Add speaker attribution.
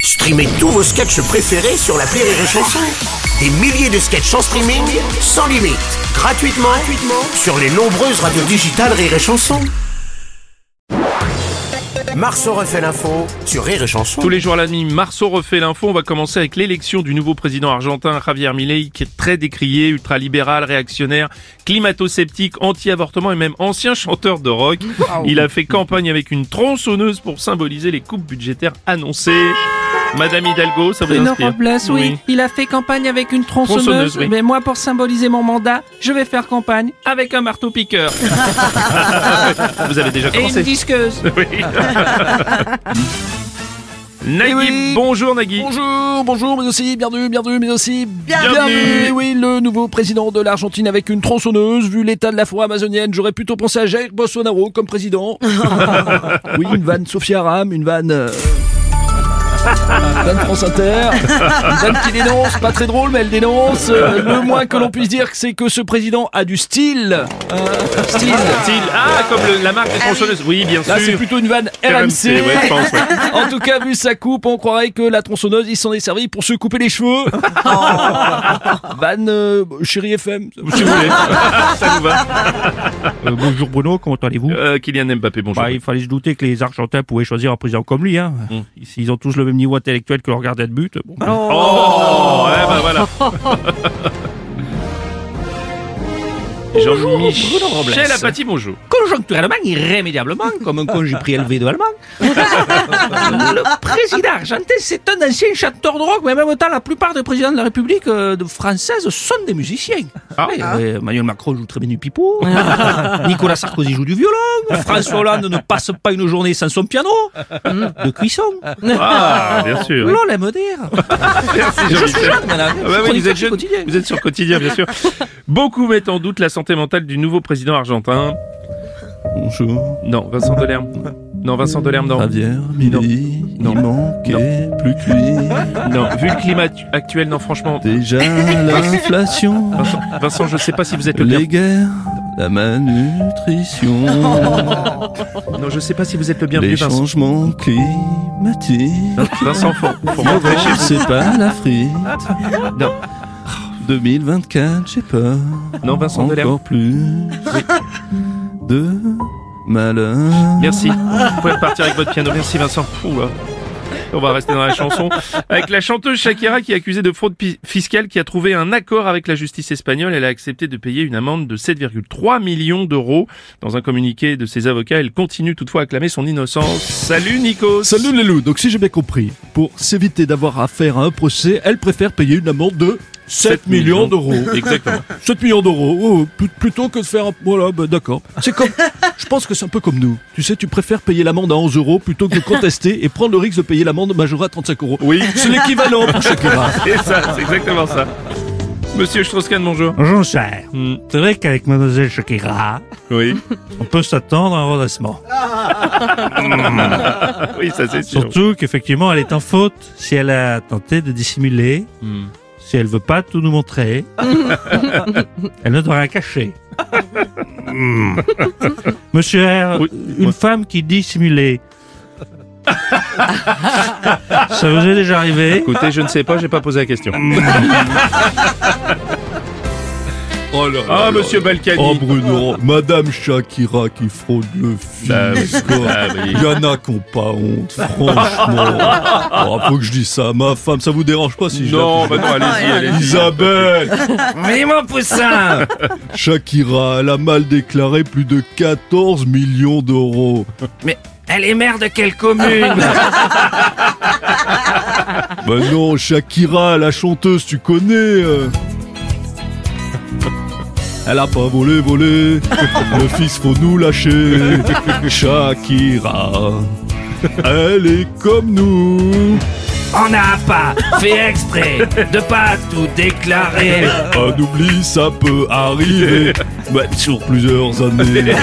Speaker 1: Streamez tous vos sketchs préférés sur la Rire et Chanson. Des milliers de sketchs en streaming, sans limite, gratuitement, gratuitement sur les nombreuses radios digitales Rire et Chanson. Marceau refait l'info sur Rire et Chanson.
Speaker 2: Tous les jours à la nuit, Marceau refait l'info. On va commencer avec l'élection du nouveau président argentin, Javier Milei, qui est très décrié, ultralibéral, réactionnaire, climato-sceptique, anti-avortement et même ancien chanteur de rock. Il a fait campagne avec une tronçonneuse pour symboliser les coupes budgétaires annoncées. Madame Hidalgo, ça vous
Speaker 3: Bruno
Speaker 2: inspire
Speaker 3: Robles, oui. Il a fait campagne avec une tronçonneuse,
Speaker 2: Tronçonneuse, oui.
Speaker 3: mais moi, pour symboliser mon mandat, je vais faire campagne avec un marteau-piqueur
Speaker 2: Vous avez déjà
Speaker 3: et une
Speaker 2: commencé
Speaker 3: disqueuse.
Speaker 2: Oui. Nagui, bonjour Nagui.
Speaker 4: Bonjour, bonjour, mais aussi bienvenue, bienvenue, mais aussi bienvenue.
Speaker 2: Bienvenue.
Speaker 4: Oui, le nouveau président de l'Argentine avec une tronçonneuse. Vu l'état de la forêt amazonienne, j'aurais plutôt pensé à Jair Bolsonaro comme président. oui, une vanne Sophia Aram, une vanne. euh, Une vanne France Inter, une vanne qui dénonce, pas très drôle mais elle dénonce. Euh, le moins que l'on puisse dire c'est que ce président a du style. Euh, style.
Speaker 2: Style- Ah, comme le- la marque des tronçonneuses. Oui, bien sûr.
Speaker 4: Là c'est plutôt une vanne RMC.
Speaker 2: RMC, ouais, je pense, ouais.
Speaker 4: En tout cas, vu sa coupe, on croirait que la tronçonneuse, il s'en est servi pour se couper les cheveux. Van, euh, chérie FM.
Speaker 2: Si vous voulez. ça nous va.
Speaker 5: Euh, bonjour Bruno, comment allez-vous
Speaker 2: Euh, Kylian Mbappé, bonjour.
Speaker 5: Bah, Il fallait se douter que les Argentins pouvaient choisir un président comme lui. Hein. S'ils ont tous le même niveau intellectuel que leur gardien de but, bon,
Speaker 3: Ah
Speaker 5: bah,
Speaker 2: Oh, ouais, bah voilà. Jean-Michel Apathy, bonjour.
Speaker 6: conjoncturellement, irrémédiablement, comme un congé prix élevé de l'allemand. le président argentin, c'est un ancien chanteur de rock, mais en même temps, la plupart des présidents de la République euh, de- française sont des musiciens.
Speaker 2: Ah.
Speaker 6: Oui, euh, Emmanuel Macron joue très bien du pipeau, Nicolas Sarkozy joue du violon, François Hollande ne passe pas une journée sans son piano, de cuisson.
Speaker 2: Hmm. Ah, bien sûr.
Speaker 6: L'on l'aime dire.
Speaker 2: Merci
Speaker 6: Je suis
Speaker 2: Jean-Michel.
Speaker 6: jeune, madame.
Speaker 2: Ah bah oui, vous,
Speaker 6: Chroniqueur
Speaker 2: êtes
Speaker 6: du
Speaker 2: jeune.
Speaker 6: quotidien.
Speaker 2: vous êtes sur quotidien, bien sûr. Beaucoup mettent en doute la santé mentale du nouveau président argentin.
Speaker 5: bonjour.
Speaker 2: Non, Vincent Delerme. Non, Vincent Delerme, non.
Speaker 5: Milei,
Speaker 2: Non. Non.
Speaker 5: manquait plus que lui.
Speaker 2: Non, vu le climat actu- actuel, non, franchement.
Speaker 5: Déjà l'inflation,
Speaker 2: Vincent, Vincent, je sais pas si vous êtes le bien.
Speaker 5: guerres, la malnutrition,
Speaker 2: Non, je sais pas si vous êtes le bienvenu, Vincent.
Speaker 5: changements climatiques.
Speaker 2: Vincent, faut, faut rentrer chez vous.
Speaker 5: C'est pas la frite.
Speaker 2: Non.
Speaker 5: 2024, j'ai peur.
Speaker 2: Non, Vincent Delerme.
Speaker 5: Encore plus de malheur.
Speaker 2: Merci. Vous pouvez repartir avec votre piano. Merci Vincent. Ouh là. On va rester dans la chanson. Avec la chanteuse Shakira qui est accusée de fraude pi- fiscale qui a trouvé un accord avec la justice espagnole. Elle a accepté de payer une amende de 7,3 millions d'euros. Dans un communiqué de ses avocats, elle continue toutefois à clamer son innocence. Salut Nico.
Speaker 4: Salut les loups, donc si j'ai bien compris, pour s'éviter d'avoir affaire à un procès, elle préfère payer une amende de 7 millions d'euros.
Speaker 2: Exactement.
Speaker 4: 7 millions d'euros, oh, plut- plutôt que de faire un... Voilà, bah, d'accord. C'est comme... Je pense que c'est un peu comme nous. Tu sais, tu préfères payer l'amende à 11 euros plutôt que de contester et prendre le risque de payer l'amende majorée à 35 euros.
Speaker 2: Oui.
Speaker 4: C'est l'équivalent pour Shakira.
Speaker 2: C'est ça. C'est exactement ça. Monsieur Strauss-Kahn, bonjour.
Speaker 5: Bonjour cher.
Speaker 2: Hmm.
Speaker 5: C'est vrai qu'avec Mademoiselle Shakira,
Speaker 2: Oui.
Speaker 5: on peut s'attendre à un redressement.
Speaker 2: Ah Oui, ça c'est sûr.
Speaker 5: Surtout qu'effectivement, elle est en faute si elle a tenté de dissimuler,
Speaker 2: Hmm.
Speaker 5: si elle veut pas tout nous montrer. elle ne doit rien cacher. Hmm. Monsieur R,
Speaker 2: Oui,
Speaker 5: une
Speaker 2: moi.
Speaker 5: femme qui dissimulait. Ça vous est déjà arrivé
Speaker 2: Écoutez, je ne sais pas, j'ai pas posé la question.
Speaker 4: Oh là
Speaker 2: Ah, monsieur Balkany.
Speaker 4: Oh Bruno, Madame Shakira qui fraude le
Speaker 2: Bah oui,
Speaker 4: fisc.
Speaker 2: bah oui.
Speaker 4: Il y en a qui ont pas honte, franchement. Oh, faut que je dise ça à ma femme, ça vous dérange pas si je
Speaker 2: Non, bah
Speaker 4: la-
Speaker 2: non, allez-y, allez-y.
Speaker 4: Isabelle
Speaker 5: Mais mon poussin
Speaker 4: Shakira, elle a mal déclaré plus de 14 millions d'euros.
Speaker 5: Elle est maire de quelle commune
Speaker 4: Bah non, Shakira, la chanteuse, tu connais euh. Elle a pas volé, volé Le fils, faut nous lâcher Shakira Elle est comme nous
Speaker 5: On n'a pas fait exprès de pas tout déclarer.
Speaker 4: Un oubli, ça peut arriver, bah, sur plusieurs années.